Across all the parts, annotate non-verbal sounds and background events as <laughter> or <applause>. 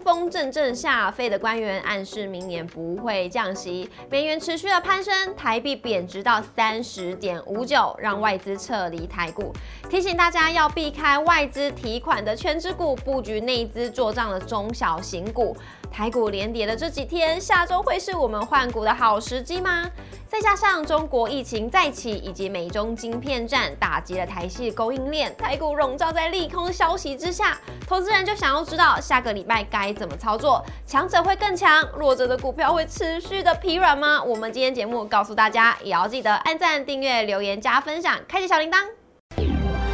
风阵阵下飞的官员暗示明年不会降息，美元持续的攀升，台币贬值到三十点五九，让外资撤离台股。提醒大家要避开外资提款的全指股，布局内资做账的中小型股。台股连跌的这几天，下周会是我们换股的好时机吗？再加上中国疫情再起，以及美中晶片战打击了台系供应链，台股笼罩在利空消息之下，投资人就想要知道下个礼拜该怎么操作，强者会更强，弱者的股票会持续的疲软吗？我们今天节目告诉大家，也要记得按赞、订阅、留言、加分享，开启小铃铛。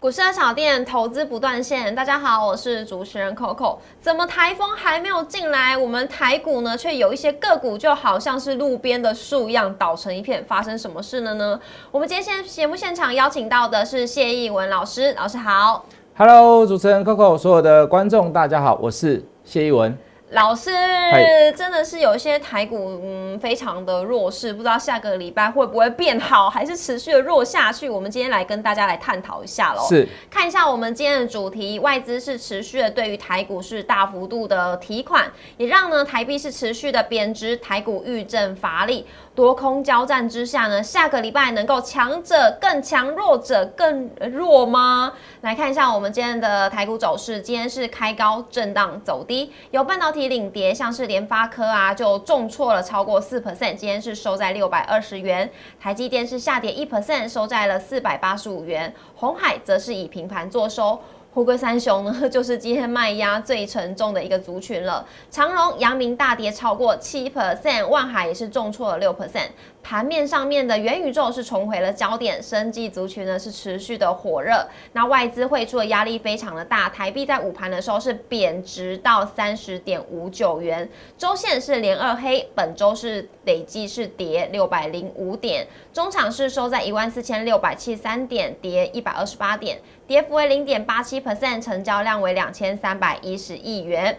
股市的小店，投资不断线。大家好，我是主持人 Coco。怎么台风还没有进来，我们台股呢却有一些个股就好像是路边的树一样倒成一片，发生什么事了呢？我们今天现节目现场邀请到的是谢逸文老师，老师好， Hello，主持人 Coco，所有的观众大家好，我是谢一文。老师真的是有一些台股嗯非常的弱势，不知道下个礼拜会不会变好，还是持续的弱下去？我们今天来跟大家来探讨一下喽。是看一下我们今天的主题，外资是持续的对于台股是大幅度的提款，也让呢台币是持续的贬值，台股遇震乏力，多空交战之下呢，下个礼拜能够强者更强，弱者更弱吗？来看一下我们今天的台股走势，今天是开高震荡走低，有半导体领跌，像是联发科啊就重挫了超过四 percent，今天是收在六百二十元，台积电是下跌一 percent，收在了四百八十五元，红海则是以平盘作收。富贵三雄呢， <laughs> 就是今天卖压最沉重的一个族群了。长荣、阳明大跌超过七 percent，万海也是重挫了六 percent。盘面上面的元宇宙是重回了焦点，生技族群呢是持续的火热。那外资汇出的压力非常的大，台币在午盘的时候是贬值到三十点五九元，周线是连二黑，本周是累计是跌六百零五点，中场是收在一万四千六百七十三点，跌一百二十八点，跌幅为零点八七 percent，成交量为两千三百一十亿元。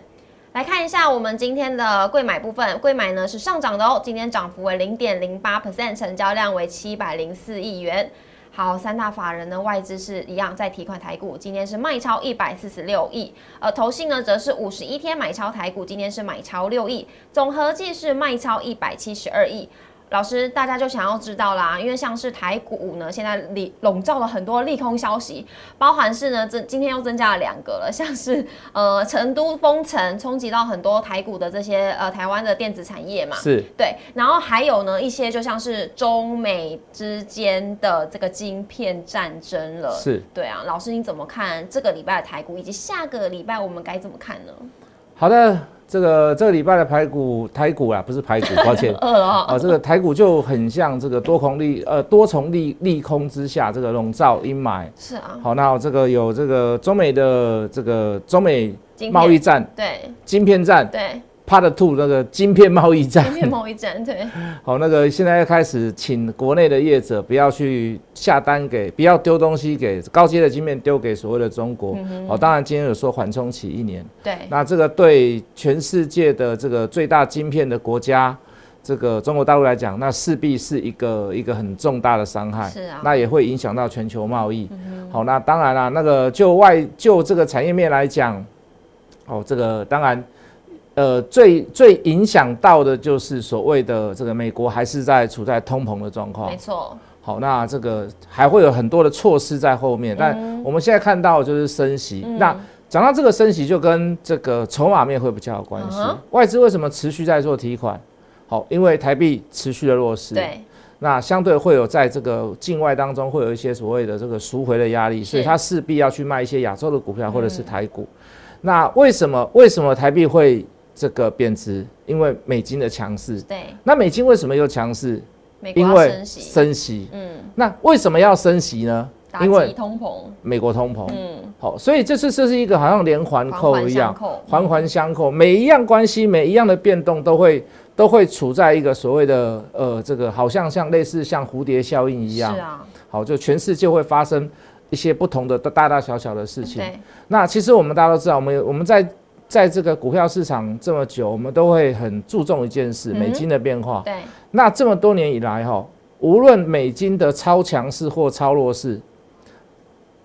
来看一下我们今天的贵买部分，贵买呢是上涨的哦，今天涨幅为零点零八 percent，成交量为七百零四亿元。好，三大法人呢，外资是一样在提款台股，今天是卖超一百四十六亿，呃，投信呢则是五十一天买超台股，今天是买超六亿，总合计是卖超一百七十二亿。老师，大家就想要知道啦，因为像是台股呢，现在里笼罩了很多利空消息，包含是呢，这今天又增加了两个了，像是呃成都封城，冲击到很多台股的这些呃台湾的电子产业嘛，是对，然后还有呢一些就像是中美之间的这个晶片战争了，是，对啊，老师你怎么看这个礼拜的台股，以及下个礼拜我们该怎么看呢？。好的，这个这个礼拜的排骨台股啊，不是 <laughs> 排骨，抱歉饿了哦、啊，这个台股就很像这个多空利呃多重利利空之下，这个笼罩阴霾。是啊，好，那这个有这个中美的这个中美晶片贸易战、对晶片战对， Part Two 那个晶片贸易战 <laughs> 今，天某一站对，好，那个现在开始，请国内的业者不要去下单给，不要丢东西给高阶的晶片丢给所谓的中国。好、当然今天有说缓冲期一年，嗯对，那这个对全世界的这个最大晶片的国家，这个中国大陆来讲，那势必是一个一个很重大的伤害。是啊那也会影响到全球贸嗯易。好，那当然啦、那个就外就这个产业面来讲，哦，这个当然。呃，最最影响到的就是所谓的这个美国还是在处在通膨的状况没，错，好，那这个还会有很多的措施在后面，但嗯我们现在看到就是升息。那讲到这个升息，就跟这个筹码面会比较有关系。嗯哼外资为什么持续在做提款？好，因为台币持续的弱势，对，那相对会有在这个境外当中会有一些所谓的这个赎回的压力，所以它势必要去卖一些亚洲的股票或者是嗯台股。那为什么为什么台币会这个贬值？因为美金的强势。对，那美金为什么又强势？美国因要为升息，升息。嗯，那为什么要升息呢打？因击为通膨，美国通膨，嗯，好，所以这次这是一个好像连环环扣环一相，样扣，环环相扣，每一样关系，每一样的变动都会都会处在一个所谓的呃这个好像像类似像蝴蝶效应一样是，啊，好，就全世界会发生一些不同的大大小小的事情。对，那其实我们大家都知道，我们我们在在这个股票市场这么久，我们都会很注重一件事，嗯美金的变化。对，那这么多年以来哈，无论美金的超强势或超弱势，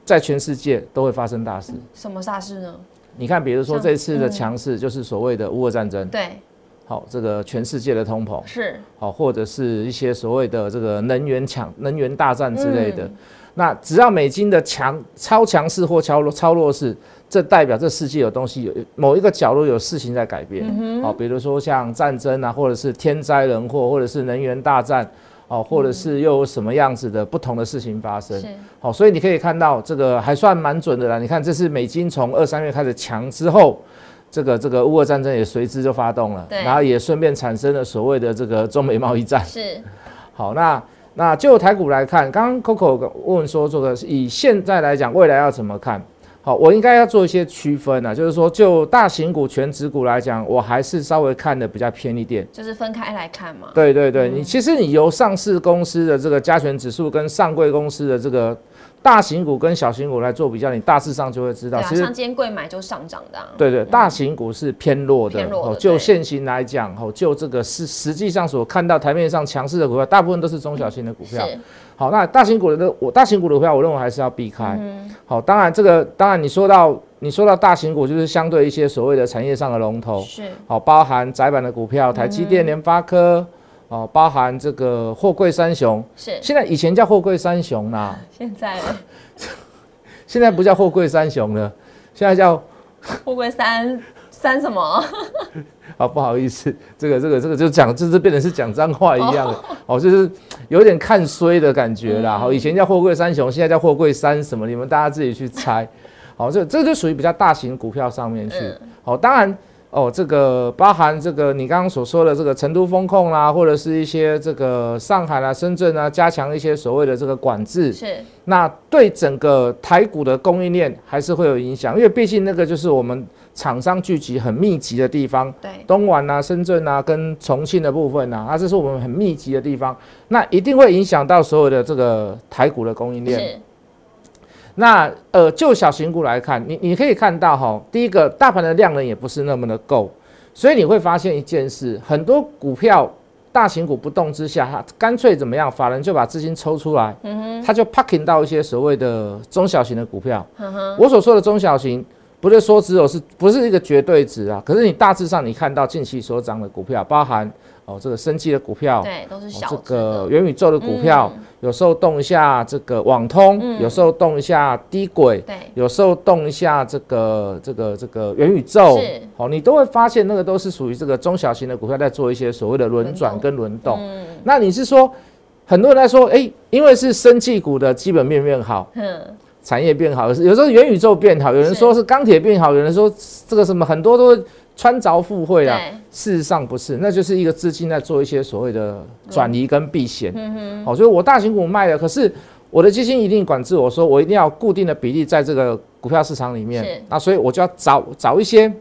在全世界都会发生大事。什么大事呢？你看，比如说像这次的嗯强势，就是所谓的乌俄战争，对，好，这个全世界的通膨，是好，或者是一些所谓的这个能源抢能源大战之类的嗯。那只要美金的强超强势或超弱超弱势，这代表这世界有东西有某一个角落有事情在改嗯变。好、比如说像战争啊，或者是天灾人祸，或者是能源大战，哦，或者是又有什么样子的不同的事情发生。嗯是，好、所以你可以看到这个还算蛮准的啦。你看，这是美金从二三月开始强之后，这个这个乌俄战争也随之就发动了，对然后也顺便产生了所谓的这个中美贸易战。是，好，那那就台股来看，刚刚 Coco 问说这个以现在来讲，未来要怎么看？好，我应该要做一些区分啊，就是说就大型股、全指股来讲，我还是稍微看的比较偏一点。就是分开来看嘛。对对对，你其实你由上市公司的这个加权指数跟上柜公司的这个大型股跟小型股来做比较，你大致上就会知对道，啊，其实像今天贵买就上涨的、啊。对对，大型股是偏弱的。哦偏弱的就对现行来讲，哦，就这个是实际上所看到台面上强势的股票，大部分都是中小型的股票。是，好，那大型股的我大型股的股票，我认为还是要避开。好，当然这个当然你说到你说到大型股，就是相对一些所谓的产业上的龙头。是，好，哦包含窄板的股票，台积电、联发科，哦，包含这个货柜三雄。是，现在以前叫货柜三雄啦，现在现在不叫货柜三雄了，现在叫富贵三三什么？啊，不好意思，这个这个这个就讲，这是变成是讲脏话一样的哦就是有点看衰的感觉啦。哦好，以前叫货柜三雄，现在叫货柜三什么？你们大家自己去猜。好，这这就属于比较大型股票上面去。好，当然哦，这个包含这个你刚刚所说的这个成都风控啦、或者是一些这个上海啦、深圳啊，加强一些所谓的这个管制，是，那对整个台股的供应链还是会有影响，因为毕竟那个就是我们厂商聚集很密集的地方。对，东莞啊、深圳啊、跟重庆的部分啊，啊，这是我们很密集的地方，那一定会影响到所有的这个台股的供应链。是，那呃，就小型股来看，你你可以看到哈，第一个大盘的量能也不是那么的够，所以你会发现一件事，很多股票大型股不动之下，它干脆怎么样，法人就把资金抽出来，嗯他就 parking 到一些所谓的中小型的股票。哼嗯哼，我所说的中小型，不是说只有是不是一个绝对值啊？可是你大致上你看到近期所涨的股票，包含哦这个生技的股票，对，都是哦小这只的嗯个元宇宙的股票，有时候动一下这个网通，有时候动一下低轨。对，有时候动一下这个这个这个元宇宙是，哦，你都会发现那个都是属于这个中小型的股票在做一些所谓的轮转轮动跟轮动。嗯那你是说，很多人在说，哎、因为是生技股的基本面变好， <laughs> 哼，产业变好，有时有时候元宇宙变好，有人说是钢铁变好，有人说这个什么很多都会穿凿附会啊啦。对，事实上不是，那就是一个资金在做一些所谓的转移跟避险。嗯好、所以我大型股卖了，可是我的基金一定管制我说我一定要固定的比例在这个股票市场里是面，那所以我就要找找一些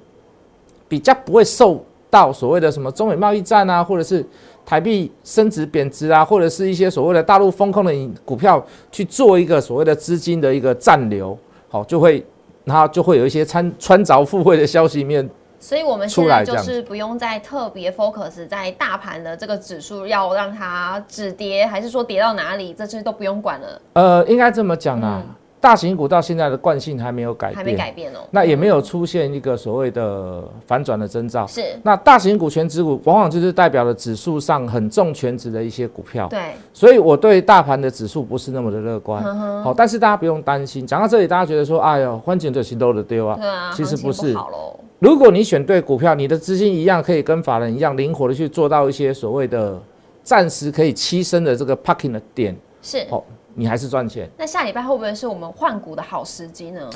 比较不会受到所谓的什么中美贸易战啊，或者是台币升值贬值啊，或者是一些所谓的大陆风控的股票去做一个所谓的资金的一个暂留，好、就会。然后就会有一些穿穿凿附会的消息面所以我们出现在来这就样是不用再特别 focus 在大盘的这个指数要让它止跌，还是说跌到哪里，这些都不用管了，呃，应该这么讲啦，大型股到现在的惯性还没有改嗯还变，没改变哦。那也没有出现一个所谓的反转的征兆。是，那大型股、全指股往往就是代表了指数上很重全值的一些股票，对，所以我对大盘的指数不是那么的乐观。嗯好、但是大家不用担心。讲到这里，大家觉得说，哎呦，欢景的行都的丢啊。对啊，其行实情不是好喽，如果你选对股票，你的资金一样可以跟法人一样灵活的去做到一些所谓的暂时可以栖身的这个 parking 的点，是。好、你还是赚钱。那下礼拜会不会是我们换股的好时机呢？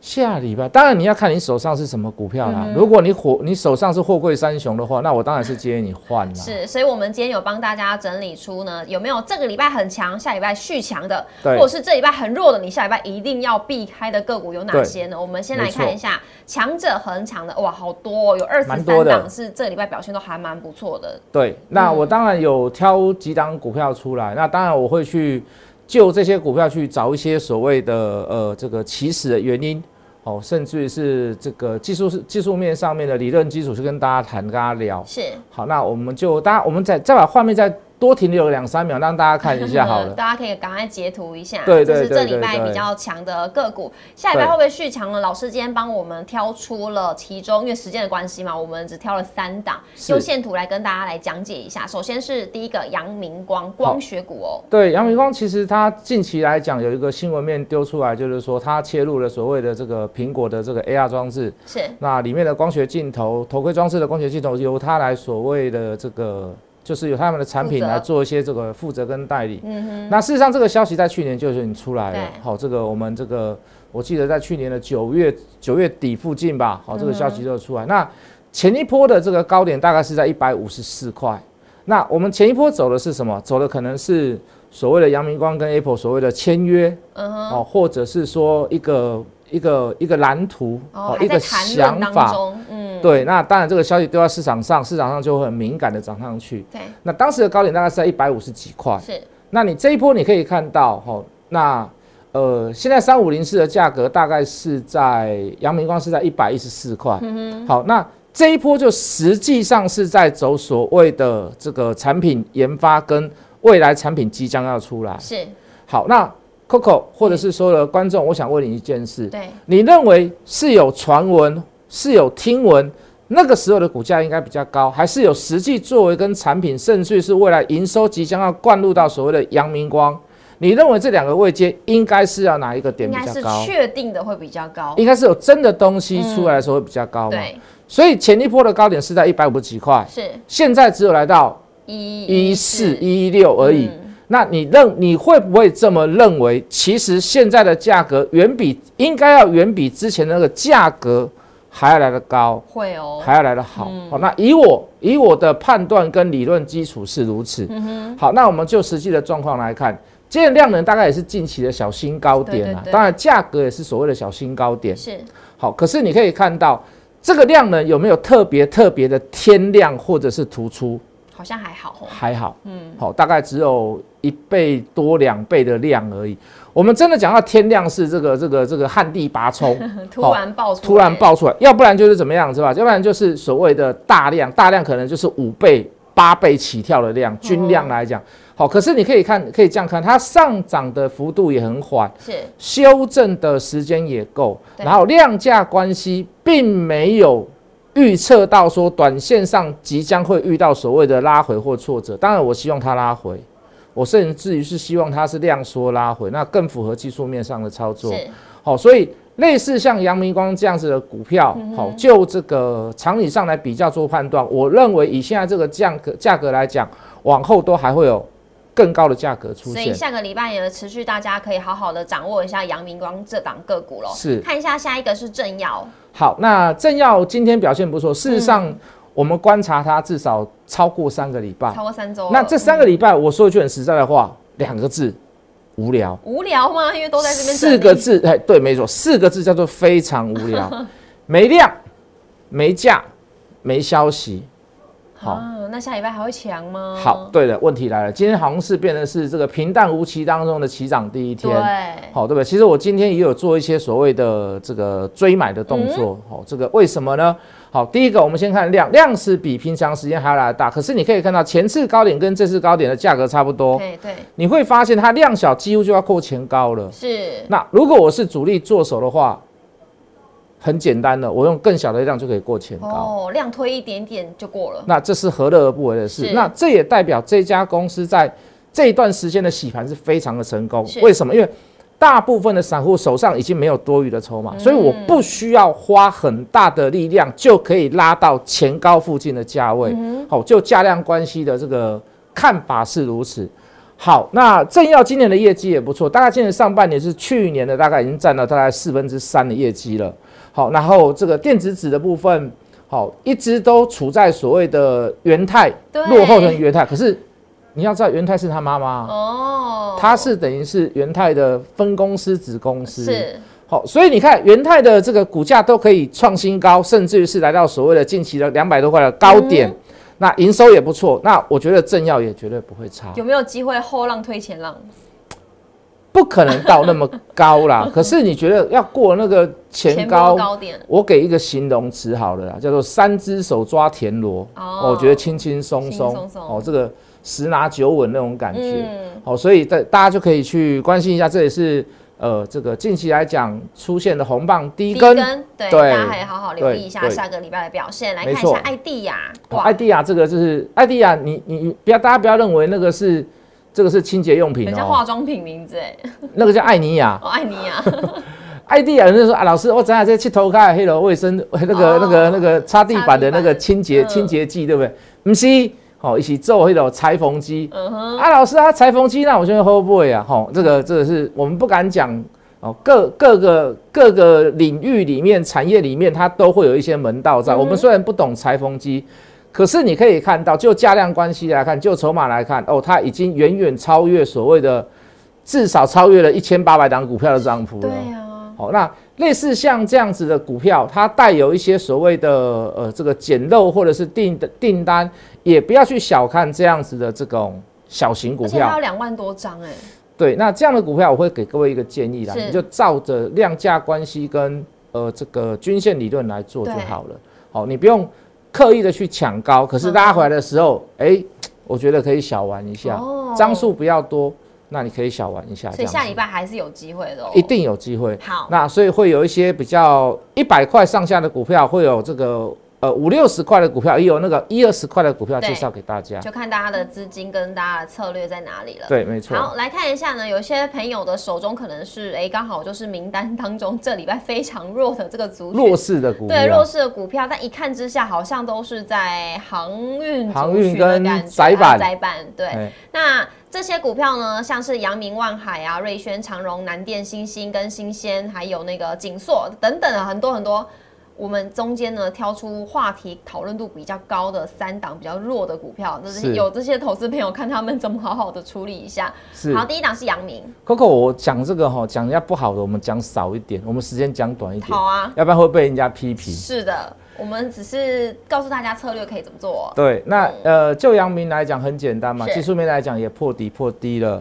下礼拜，当然你要看你手上是什么股票啦。如果你火，你手上是货柜三雄的话，那我当然是建议你换啦。是，所以我们今天有帮大家整理出呢，有没有这个礼拜很强，下礼拜续强的，对或者是这礼拜很弱的，你下礼拜一定要避开的个股有哪对些呢？我们先来没错看一下强者恒强的，哇，好多、哦，有二十蛮三多的档是这礼拜表现都还蛮不错的，对，那我当然有挑几档股票出来，那当然我会去就这些股票去找一些所谓的呃这个起始的原因，哦，甚至于是这个技术技术面上面的理论基础去跟大家谈，跟大家聊。是，好，那我们就大家我们再再把画面再多停留两三秒，让大家看一下好了。大家可以赶快截图一下。对对这是对这对礼拜对比较强的个股，下礼拜对会不会续强呢？老师今天帮我们挑出了其中，因为时间的关系嘛，我们只挑了三档，是用线图来跟大家来讲解一下。首先是第一个阳明光光学股哦，对，阳明光其实它近期来讲有一个新闻面丢出来，就是说它切入了所谓的这个苹果的这个 AR 装置，是那里面的光学镜头、头盔装置的光学镜头由它来所谓的这个，就是由他们的产品负责来做一些这个负责跟代理。嗯哼。那事实上，这个消息在去年就已经出来了对。好，这个我们这个我记得在去年的九月九月底附近吧，好，这个消息嗯就出来。那前一波的这个高点大概是在一百五十四块。那我们前一波走的是什么？走的可能是所谓的阳明光跟 Apple 所谓的签约，嗯哼，哦，或者是说一个一个一个蓝图，哦，还一在个谈想论当法，中，嗯，对，那当然这个消息丢到市场上，市场上就会很敏感的涨上去。对，那当时的高点大概是在一百五十几块，是那你这一波你可以看到，哈、那呃，现在三五零四的价格大概是在阳明光是在一百一十四块，好，那这一波就实际上是在走所谓的这个产品研发跟未来产品即将要出来。是，好，那 Coco 或者是说的观众，我想问你一件事，对，你认为是有传闻，是有听闻，那个时候的股价应该比较高，还是有实际作为跟产品，甚至是未来营收即将要灌入到所谓的阳明光？你认为这两个位阶应该是要哪一个点应比该较是高？确定的会比较高，应该是有真的东西出来的时候会比较高嘛？嗯对，所以前一波的高点是在一百五十几块，是现在只有来到一嗯一四一六而已。那你认你会不会这么认为？其实现在的价格远比应该要远比之前那个价格还要来得高，会哦，还要来得好。好，那以我以我的判断跟理论基础是如此。嗯好，那我们就实际的状况来看，今天量能大概也是近期的小新高点对啊，对对当然价格也是所谓的小新高点。是好，可是你可以看到这个量能有没有特别特别的天量或者是突出？好像还好哦，还好，嗯，好、大概只有一倍多两倍的量而已。我们真的讲到天量是这个这个这个旱地拔葱， <laughs> 突然爆出来，突然爆出来，要不然就是怎么样，是吧？要不然就是所谓的大量，大量可能就是五倍、八倍起跳的量，均量来讲，好、可是你可以看，可以这样看，它上涨的幅度也很缓，是修正的时间也够，对然后量价关系并没有预测到说短线上即将会遇到所谓的拉回或挫折。当然，我希望它拉回，我甚至于是希望它是量缩拉回，那更符合技术面上的操作。是好、所以类似像阳明光这样子的股票，嗯好、就这个常理上来比较做判断，我认为以现在这个价格价格来讲，往后都还会有更高的价格出所现以。下个礼拜也持续，大家可以好好的掌握一下阳明光这档个股喽。是看一下下一个是正耀，好，那政要今天表现不错，事实上嗯我们观察它至少超过三个礼拜超。过三周了。那这三个礼拜，我说一句很实在的话，两个字，无聊。无聊吗？因为都在这边整理四个，字，哎，对，没错，四个字叫做非常无 <laughs> 聊，没量，没价，没消息。好啊，那下礼拜还会强吗？好，，对了，问题来了，今天好像是变成是这个平淡无奇当中的起涨第一天。对，好、对不对？其实我今天也有做一些所谓的这个追买的动嗯作。好、这个为什么呢？好，第一个我们先看量，量是比平常时间还要来得大，可是你可以看到前次高点跟这次高点的价格差不多，对对你会发现它量小，几乎就要过前高了。是，那如果我是主力做手的话，很简单的，我用更小的量就可以过前高。哦，量推一点点就过了，那这是何乐而不为的事是？那这也代表这家公司在这一段时间的洗盘是非常的成功是。为什么？因为大部分的散户手上已经没有多余的筹嗯码，所以我不需要花很大的力量就可以拉到前高附近的价位。嗯好，就价量关系的这个看法是如此。好，那正耀今年的业绩也不错，大概今年上半年是去年的大概已经占了大概四分之三的业绩了。好，然后这个电子纸的部分，好，一直都处在所谓的元泰对落后的元泰，可是你要知道元泰是他妈妈，哦，他是等于是元泰的分公司子公司。是好，所以你看元泰的这个股价都可以创新高，甚至于是来到所谓的近期的两百多块的高点，嗯那营收也不错，那我觉得政要也绝对不会差。有没有机会后浪推前浪？不可能到那么 <laughs> 高啦。可是你觉得要过那个前高波？高点我给一个形容词好了啦，叫做三只手抓田螺，哦哦，我觉得轻轻松轻松松，松哦，这个十拿九稳那种感觉，嗯哦，所以大大家就可以去关心一下，这也是呃这个近期来讲出现的红棒第一低根，跟，对，对大家还好好留意一下对对下个礼拜的表现，来看没一错下艾蒂亚，哦艾蒂亚这个就是艾蒂亚，你你你不要大家不要认为那个是这个是清洁用品很像哦，化妆品名字哎，那个叫艾尼亚，哦，艾尼 <laughs> 亚，啊艾蒂亚人就说啊，老师，我咱俩在去头开黑了卫生 <laughs> 那个、哦那个那个擦地板的那个清洁嗯清洁剂，对不对？不是，哦，一起做那种裁缝机。嗯哼，嗯啊，老师啊，裁缝机那我就会 hold boy 啊，吼、这个这个是我们不敢讲哦，各各个各个领域里面、产业里面，它都会有一些门道嗯在。我们虽然不懂裁缝机，可是你可以看到，就价量关系来看，就筹码来看，哦，它已经远远超越所谓的，至少超越了一千八百档股票的涨幅了。对啊，好、那类似像这样子的股票，它带有一些所谓的呃这个捡漏或者是订的订单，也不要去小看这样子的这种小型股而且它票啊有。两万多张哎，对，那这样的股票我会给各位一个建议啦，是你就照着量价关系跟呃这个均线理论来做就对好了。好、你不用刻意的去抢高，可是拉回来的时候，哎、我觉得可以小玩一下哦，张、数不要多，那你可以小玩一下。所以这样下子礼拜还是有机会的哦，一定有机会。好那所以会有一些比较一百块上下的股票，会有这个呃五六十块的股票，也有那个一二十块的股票对介绍给大家。就看大家的资金跟大家的策略在哪里了。啊对，没错。好，来看一下呢，有些朋友的手中可能是哎，刚好就是名单当中这礼拜非常弱的这个族群，弱势的股票，对弱势的股票，但一看之下好像都是在航运、航运跟窄载板窄啊板对。哎那这些股票呢，像是阳明、万海啊、瑞轩、长荣、南电、新兴跟新鲜，还有那个锦硕等等啊，很多很多。我们中间呢挑出话题讨论度比较高的三档比较弱的股票，就是是有这些投资朋友看他们怎么好好的处理一下。是好，第一档是阳明， Coco，我讲这个哈、讲人家不好的，我们讲少一点，我们时间讲短一点，好啊，要不然会被人家批评。是的，我们只是告诉大家策略可以怎么做。对，那呃，就阳明来讲很简单嘛，是技术面来讲也破底破低了。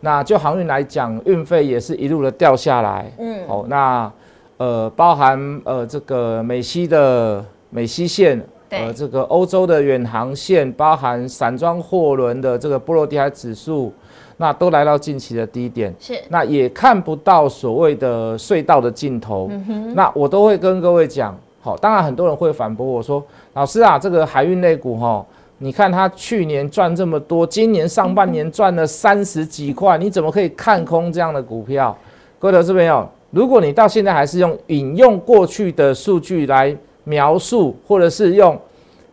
那就航运来讲，运费也是一路的掉下来。嗯嗯，好、那呃，包含呃这个美西的美西线，对呃这个欧洲的远航线，包含散装货轮的这个波罗的海指数，那都来到近期的低点。是，那也看不到所谓的隧道的尽头。那我都会跟各位讲，好，当然很多人会反驳我说，老师啊，这个海运类股哈、你看它去年赚这么多，今年上半年赚了三十几块，你怎么可以看空这样的股票？各位投资朋友，如果你到现在还是用引用过去的数据来描述，或者是用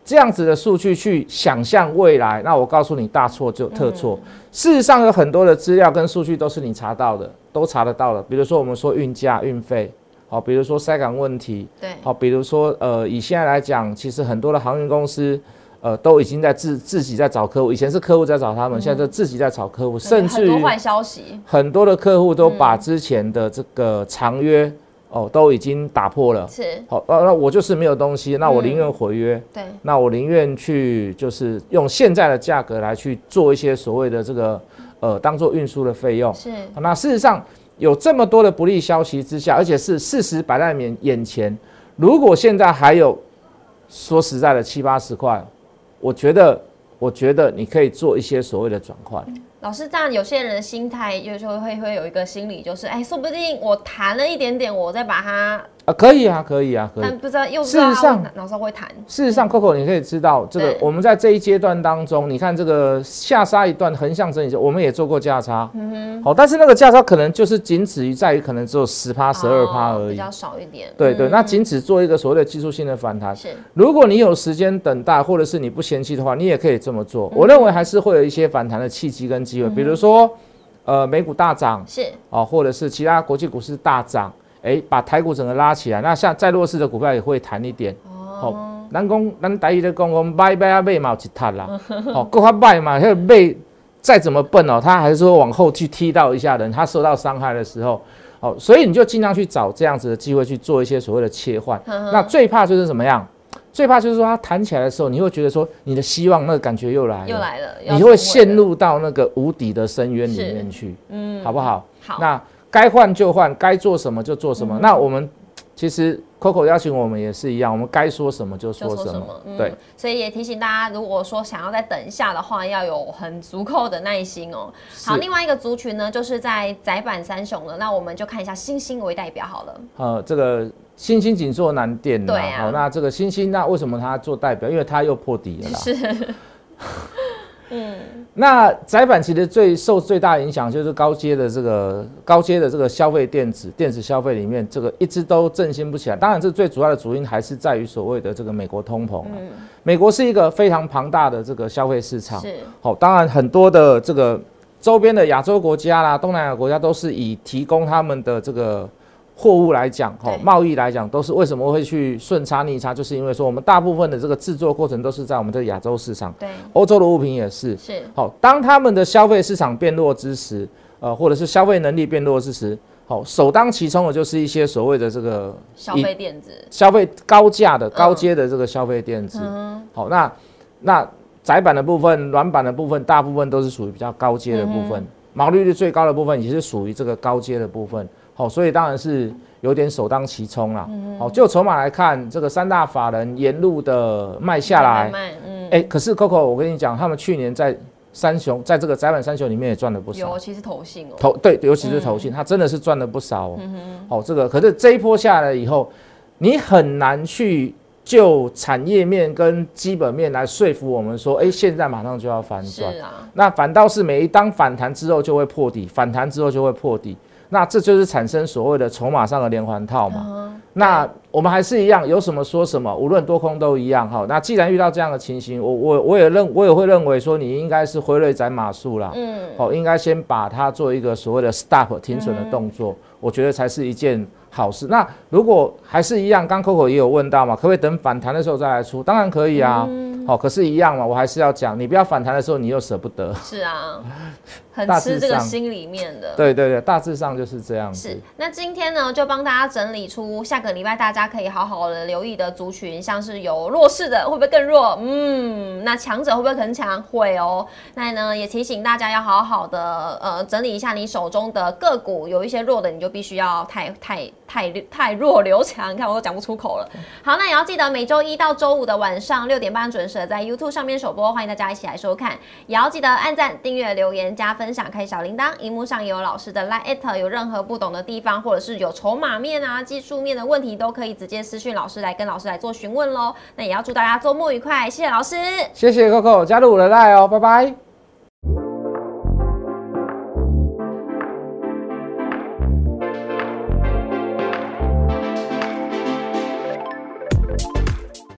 这样子的数据去想象未来，那我告诉你大错就特错。事实上有很多的资料跟数据都是你查到的，都查得到的。比如说我们说运价、运费，好、比如说塞港问题，对，好、比如说呃，以现在来讲，其实很多的航运公司。呃，都已经在自自己在找客户，以前是客户在找他们，现在是自己在找客户，甚嗯很至于多嗯坏消息，很多的客户都把之前的这个长约哦都已经打破了。是好，呃那我就是没有东西，嗯那我宁愿毁约，对，那我宁愿去就是用现在的价格来去做一些所谓的这个呃当做运输的费用。是那事实上有这么多的不利消息之下，而且是事实摆在眼眼前，如果现在还有说实在的七八十块，我觉得我觉得你可以做一些所谓的转换。老师这样，有些人的心态就就会会有一个心理，就是哎，说不定我谈了一点点，我再把它，啊，可以啊，可以啊，可以。但不知道又不事知道实它上会哪哪时候会谈，事实上，Coco，你可以知道，这个嗯对我们在这一阶段当中，你看这个下杀一段横向整理之后，我们也做过价差，嗯好、但是那个价差可能就是仅止于在于可能只有十趴、十二趴哦而比已，较少一点。对对，嗯那仅只做一个所谓的技术性的反弹。是如果你有时间等待，或者是你不嫌弃的话，你也可以这么做。我认为还是会有一些反弹的契机跟机嗯会，比如说，呃，美股大涨，是哦，或者是其他国际股市大涨，哎，把台股整个拉起来，那像再弱势的股票也会弹一点。哦，咱讲咱台语咧讲讲买买啊买嘛有一塌啦， <laughs> 哦，够较买嘛，迄买再怎么笨哦，它还是会往后去踢到一下人，它受到伤害的时候。哦，所以你就尽量去找这样子的机会去做一些所谓的切换。那最怕就是怎么样？最怕就是说它弹起来的时候，你会觉得说你的希望那个感觉又来了，又来了，要你成为会了陷入到那个无底的深渊里面去，嗯好不好？好嗯那该换就换，该做什么就做什么。那我们其实 Coco 邀请我们也是一样，我们该说什么就就说说什什么么，，对嗯。，所以也提醒大家，如果说想要再等一下的话，要有很足够的耐心哦。好，是另外一个族群呢，就是在窄板三雄了，那我们就看一下星星为代表好了。呃，这个星星紧缩难垫啦对啊好，那这个星星，那为什么它做代表？因为它又破底了啦。是。 <laughs> 嗯，那窄板其实最受最大影响就是高阶的这个高阶的这个消费电子电子消费里面，这个一直都振兴不起来。当然，这最主要的主因还是在于所谓的这个美国通膨、啊美国是一个非常庞大的这个消费市场，嗯是，好、当然很多的这个周边的亚洲国家啦、东南亚国家都是以提供他们的这个货物来讲，哈、对贸易来讲，都是为什么会去顺差逆差，就是因为说我们大部分的这个制作过程都是在我们这个亚洲市场，对，欧洲的物品也是。是，好、当他们的消费市场变弱之时，呃，或者是消费能力变弱之时，好、首当其冲的就是一些所谓的这个消以费电子，消费高价的、高阶的这个消费电子。嗯好，那那窄板的部分、软板的部分，大部分都是属于比较高阶的部嗯分，毛利率最高的部分也是属于这个高阶的部分。好，所以当然是有点首当其冲啦。嗯好，就筹码来看，这个三大法人沿路的卖下来慢，慢嗯，哎、可是 Coco，我跟你讲，他们去年在三雄，在这个窄板三雄里面也赚了不少尤。其是投信哦，投对，尤其是投信，他真的是赚了不少哦。哦，这个可是这一波下来以后，你很难去就产业面跟基本面来说服我们说，哎，现在马上就要反是转。啊，那反倒是每一当反弹之后就会破底，反弹之后就会破底，那这就是产生所谓的筹码上的连环套嘛。那我们还是一样，有什么说什么，无论多空都一样哈。那既然遇到这样的情形，我我我也认我也会认为说你应该是挥泪斩马谡啦，嗯，哦，应该先把它做一个所谓的 stop 停损的动作，我觉得才是一件好事。那如果还是一样，刚 Coco 也有问到嘛，可不可以等反弹的时候再来出？当然可以啊，好、可是一样嘛，我还是要讲，你不要反弹的时候你又舍不得， <laughs> 是啊，很大吃致这个上心里面的。对对对，大致上就是这样子是。，那今天呢，就帮大家整理出下个礼拜大家可以好好的留意的族群，像是有弱势的会不会更弱？嗯，那强者会不会很强？会哦。那呢，也提醒大家要好好的呃整理一下你手中的个股，有一些弱的你就必须要太 <laughs> 太太太弱留强。你看我都讲不出口了。好，那也要记得每周一到周五的晚上六点半准时地在 YouTube 上面首播，欢迎大家一起来收看。也要记得按赞、订阅、留言、加分享、开小铃铛。荧幕上也有老师的 Line at，有任何不懂的地方，或者是有筹码面啊、技术面的问题，都可以直接私讯老师来跟老师来做询问喽。那也要祝大家周末愉快，谢谢老师。谢谢 Coco 加入我的 line 哦，拜拜。